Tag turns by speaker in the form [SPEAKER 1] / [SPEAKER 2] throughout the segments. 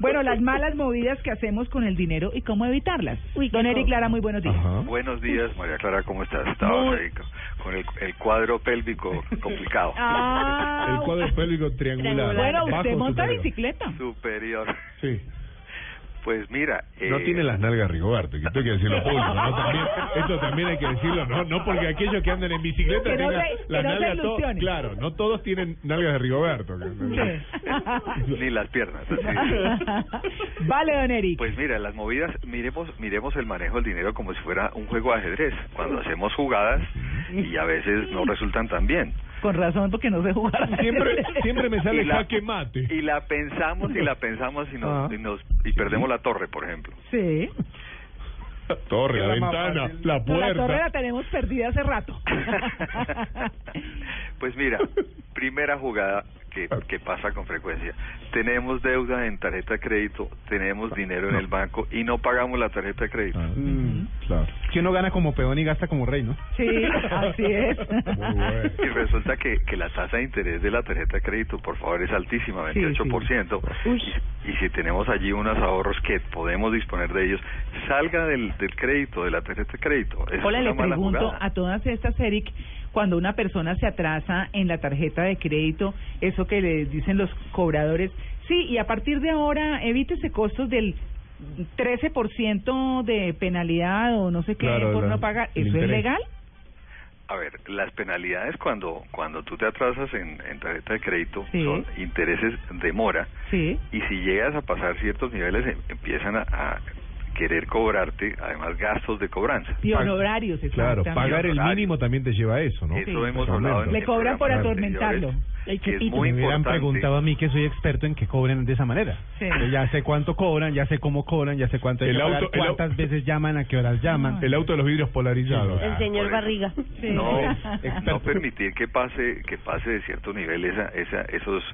[SPEAKER 1] Bueno, las malas movidas que hacemos con el dinero y cómo evitarlas. Don Eric Lara, muy buenos días.
[SPEAKER 2] Buenos días, María Clara, ¿cómo estás? Estaba ahí co- con el, el cuadro pélvico complicado.
[SPEAKER 1] Ah,
[SPEAKER 3] El cuadro pélvico triangular.
[SPEAKER 1] bueno, usted
[SPEAKER 3] bajo
[SPEAKER 1] monta
[SPEAKER 3] superior.
[SPEAKER 1] bicicleta.
[SPEAKER 2] Superior.
[SPEAKER 3] Sí.
[SPEAKER 2] Pues mira...
[SPEAKER 3] No
[SPEAKER 2] eh,
[SPEAKER 3] tiene las nalgas Rigoberto, que esto hay que decirlo público. ¿no? También, esto también hay que decirlo, no, no porque aquellos que andan en bicicleta
[SPEAKER 1] Que no
[SPEAKER 3] tienen
[SPEAKER 1] se- que
[SPEAKER 3] las
[SPEAKER 1] no se
[SPEAKER 3] nalgas todas.
[SPEAKER 1] ilusionen.
[SPEAKER 3] Claro, no todos tienen nalgas de Rigoberto. que-
[SPEAKER 2] Ni las piernas. así.
[SPEAKER 1] vale, don Eric.
[SPEAKER 2] Pues mira, las movidas, miremos, miremos el manejo del dinero como si fuera un juego de ajedrez. Cuando hacemos jugadas y a veces no resultan tan bien.
[SPEAKER 1] Con razón, porque no sé jugar.
[SPEAKER 3] Siempre, siempre me
[SPEAKER 2] Y
[SPEAKER 3] sale
[SPEAKER 2] la-
[SPEAKER 3] jaque mate.
[SPEAKER 2] Y la pensamos y la pensamos y, nos,
[SPEAKER 3] Ah.
[SPEAKER 2] y, nos- y perdemos la torre, por ejemplo.
[SPEAKER 1] Sí.
[SPEAKER 3] Torre, la ventana, la
[SPEAKER 1] No, la torre
[SPEAKER 3] puerta.
[SPEAKER 1] la tenemos perdida hace rato.
[SPEAKER 2] Pues mira, primera jugada que, que pasa con frecuencia. Tenemos deuda en tarjeta de crédito, tenemos dinero en el banco y no pagamos la tarjeta de crédito.
[SPEAKER 3] Ah, claro.
[SPEAKER 4] Que uno gana como peón y gasta como rey, ¿no?
[SPEAKER 1] sí, así es.
[SPEAKER 3] Muy bueno.
[SPEAKER 2] Y resulta que, que la tasa de interés de la tarjeta de crédito, por favor, es altísima,
[SPEAKER 1] Sí,
[SPEAKER 2] 28%. Y, y si tenemos allí unos ahorros que podemos disponer de ellos, salga del, del crédito, de la tarjeta de crédito. Esa
[SPEAKER 1] Hola,
[SPEAKER 2] es
[SPEAKER 1] le
[SPEAKER 2] una mala
[SPEAKER 1] pregunto
[SPEAKER 2] jugada.
[SPEAKER 1] a todas estas, Eric, cuando una persona se atrasa en la tarjeta de crédito, eso que le dicen los cobradores, sí, y a partir de ahora evítese costos del 13% de penalidad o no sé qué
[SPEAKER 3] Claro,
[SPEAKER 1] por
[SPEAKER 3] la-
[SPEAKER 1] no pagar,
[SPEAKER 3] el
[SPEAKER 1] ¿eso es
[SPEAKER 3] interés.
[SPEAKER 1] legal?
[SPEAKER 2] A ver, las penalidades cuando cuando tú te atrasas en, en tarjeta de crédito
[SPEAKER 1] Sí.
[SPEAKER 2] son intereses de mora
[SPEAKER 1] Sí.
[SPEAKER 2] y si llegas a pasar ciertos niveles em- empiezan a, a querer cobrarte además gastos de cobranza.
[SPEAKER 1] Y
[SPEAKER 3] Pag-
[SPEAKER 1] honorarios,
[SPEAKER 3] Claro,
[SPEAKER 1] exactamente.
[SPEAKER 3] pagar el
[SPEAKER 2] Horario.
[SPEAKER 3] mínimo también te lleva a eso, ¿no?
[SPEAKER 2] Eso
[SPEAKER 1] Sí.
[SPEAKER 2] hemos
[SPEAKER 3] Más o
[SPEAKER 2] hablado.
[SPEAKER 3] menos.
[SPEAKER 2] En
[SPEAKER 1] Le
[SPEAKER 2] el
[SPEAKER 1] cobran
[SPEAKER 2] programa
[SPEAKER 1] por
[SPEAKER 2] anterior,
[SPEAKER 1] atormentarlo.
[SPEAKER 2] es-
[SPEAKER 1] Ay, qué
[SPEAKER 2] que es
[SPEAKER 1] pito.
[SPEAKER 2] muy
[SPEAKER 4] me hubieran
[SPEAKER 2] importante.
[SPEAKER 4] preguntado a mí que soy experto en que cobren de esa manera.
[SPEAKER 1] Sí.
[SPEAKER 4] Yo ya sé cuánto cobran, ya sé cómo cobran, ya sé cuánto hay
[SPEAKER 3] El
[SPEAKER 4] que pagar,
[SPEAKER 3] auto- el au-
[SPEAKER 4] cuántas veces llaman, a qué horas llaman.
[SPEAKER 3] El auto de los vidrios polarizados.
[SPEAKER 5] El
[SPEAKER 3] Ah,
[SPEAKER 5] señor
[SPEAKER 2] por eso.
[SPEAKER 5] Barriga.
[SPEAKER 1] Sí.
[SPEAKER 2] No,
[SPEAKER 4] Experto.
[SPEAKER 2] no permitir que pase que pase de cierto nivel esa, esa, esos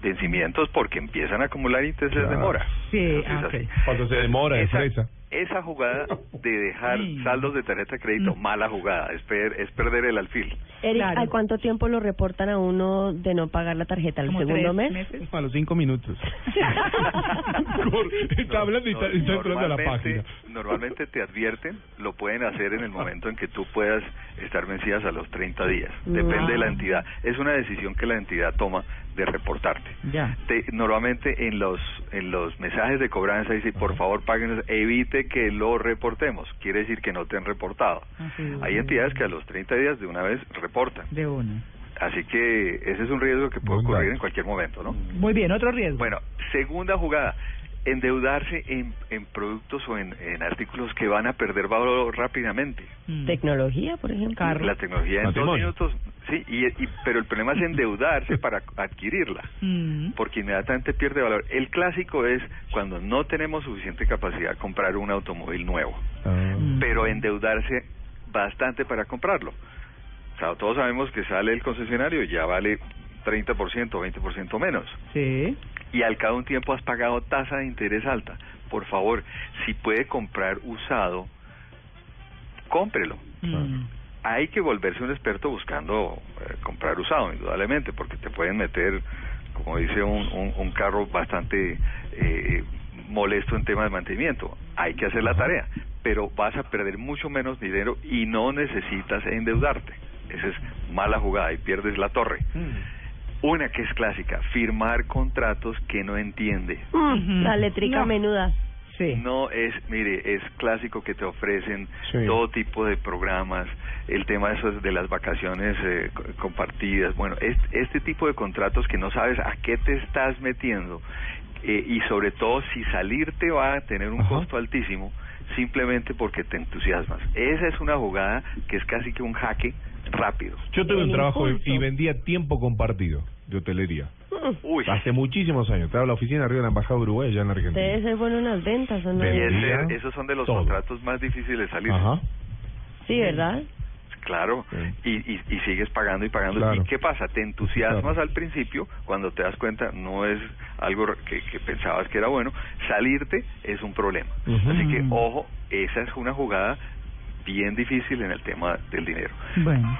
[SPEAKER 2] vencimientos porque empiezan a acumular intereses de
[SPEAKER 3] Claro.
[SPEAKER 2] mora.
[SPEAKER 1] Sí,
[SPEAKER 2] Eso es
[SPEAKER 1] ah,
[SPEAKER 2] así.
[SPEAKER 1] ok.
[SPEAKER 3] Cuando se demora, de fresa.
[SPEAKER 2] esa, esa jugada de dejar
[SPEAKER 1] Ay.
[SPEAKER 2] saldos de tarjeta de crédito,
[SPEAKER 1] Mm.
[SPEAKER 2] mala jugada, es, per- es perder el alfil.
[SPEAKER 5] Eric,
[SPEAKER 1] Claro.
[SPEAKER 5] ¿a cuánto tiempo lo reportan a uno de no pagar la tarjeta? ¿Al
[SPEAKER 1] Como
[SPEAKER 5] segundo
[SPEAKER 1] tres
[SPEAKER 5] mes?
[SPEAKER 1] meses.
[SPEAKER 4] A los cinco minutos.
[SPEAKER 3] Cor- Está hablando y está,
[SPEAKER 2] No-
[SPEAKER 3] está entrando a la
[SPEAKER 2] normalmente-
[SPEAKER 3] página.
[SPEAKER 2] Normalmente te advierten, lo pueden hacer en el momento en que tú puedas estar vencidas a los 30 días. Depende de la entidad. Es una decisión que la entidad toma de reportarte.
[SPEAKER 1] Ya.
[SPEAKER 2] Te- normalmente en los en los mensajes de cobranza dice por favor páguenos evite que lo reportemos quiere decir que no te han reportado
[SPEAKER 1] Así es.
[SPEAKER 2] hay entidades que a los 30 días de una vez reportan
[SPEAKER 1] De uno.
[SPEAKER 2] así que ese es un riesgo que puede
[SPEAKER 3] Buen
[SPEAKER 2] ocurrir
[SPEAKER 3] dato.
[SPEAKER 2] en cualquier momento no
[SPEAKER 1] Muy bien, otro riesgo.
[SPEAKER 2] bueno, segunda jugada, endeudarse en, en productos o en, en artículos que van a perder valor rápidamente.
[SPEAKER 1] Mm.
[SPEAKER 5] Tecnología, por ejemplo.
[SPEAKER 2] La tecnología en
[SPEAKER 3] Matrimonio.
[SPEAKER 2] dos minutos, sí, y, y- pero el problema es endeudarse para adquirirla,
[SPEAKER 1] Mm.
[SPEAKER 2] porque inmediatamente pierde valor. El clásico es cuando no tenemos suficiente capacidad de comprar un automóvil nuevo,
[SPEAKER 3] Ah.
[SPEAKER 2] pero endeudarse bastante para comprarlo. O sea, todos sabemos que sale el concesionario y ya vale 30% o 20% menos
[SPEAKER 1] Sí.
[SPEAKER 2] y al cabo de un tiempo has pagado tasa de interés alta. Por favor, si puede comprar usado, cómprelo.
[SPEAKER 1] Mm.
[SPEAKER 2] Hay que volverse un experto buscando eh, comprar usado, indudablemente, porque te pueden meter, como dice, un, un- un carro bastante eh, molesto en temas de mantenimiento. Hay que hacer la tarea, pero vas a perder mucho menos dinero y no necesitas endeudarte. Esa es mala jugada y pierdes la torre. Una que es clásica, firmar contratos que no entiende.
[SPEAKER 5] Mm, La eléctrica
[SPEAKER 1] No.
[SPEAKER 5] menuda.
[SPEAKER 1] Sí.
[SPEAKER 2] No es, mire, es clásico que te ofrecen
[SPEAKER 3] Sí.
[SPEAKER 2] todo tipo de programas, el tema de, esas- de las vacaciones eh, co- compartidas, bueno, es- este, tipo de contratos que no sabes a qué te estás metiendo eh, y sobre todo si salirte va a tener un
[SPEAKER 3] Ajá.
[SPEAKER 2] costo altísimo simplemente porque te entusiasmas. Esa es una jugada que es casi que un jaque rápido.
[SPEAKER 3] Yo tuve
[SPEAKER 5] El
[SPEAKER 3] un trabajo y-
[SPEAKER 5] impulso.
[SPEAKER 3] y vendía tiempo compartido de hotelería.
[SPEAKER 2] Uy.
[SPEAKER 3] Hace muchísimos años. Estaba la oficina arriba de la Embajada de Uruguay, allá en Argentina.
[SPEAKER 5] Ustedes es bueno en las ventas, ¿o no?
[SPEAKER 3] Pero-
[SPEAKER 2] Y
[SPEAKER 3] Vendía
[SPEAKER 2] ese- esos son de los
[SPEAKER 3] todo.
[SPEAKER 2] contratos más difíciles de salir.
[SPEAKER 3] Ajá.
[SPEAKER 5] Sí, ¿verdad?
[SPEAKER 2] Claro, y, y, y sigues pagando y pagando.
[SPEAKER 3] Claro.
[SPEAKER 2] ¿Y qué pasa? Te entusiasmas
[SPEAKER 3] Claro.
[SPEAKER 2] al principio, cuando te das cuenta no es algo que, que pensabas que era bueno, salirte es un problema.
[SPEAKER 3] Ujú.
[SPEAKER 2] Así que, ojo, esa es una jugada bien difícil en el tema del dinero.
[SPEAKER 1] Bueno.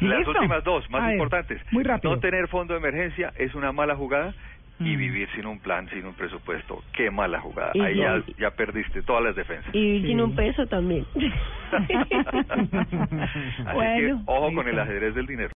[SPEAKER 2] Las
[SPEAKER 1] ¿Listo?
[SPEAKER 2] últimas dos, más
[SPEAKER 1] A ver,
[SPEAKER 2] importantes.
[SPEAKER 1] Muy rápido.
[SPEAKER 2] No tener fondo de emergencia es una mala jugada y
[SPEAKER 1] Mm.
[SPEAKER 2] vivir sin un plan, sin un presupuesto, qué mala jugada.
[SPEAKER 5] Y
[SPEAKER 2] Ahí
[SPEAKER 5] ya-
[SPEAKER 2] ya, ya perdiste todas las defensas.
[SPEAKER 5] Y
[SPEAKER 1] Sí.
[SPEAKER 5] sin un peso también.
[SPEAKER 2] Así
[SPEAKER 1] Bueno,
[SPEAKER 2] que ojo con
[SPEAKER 1] listo.
[SPEAKER 2] el ajedrez del dinero.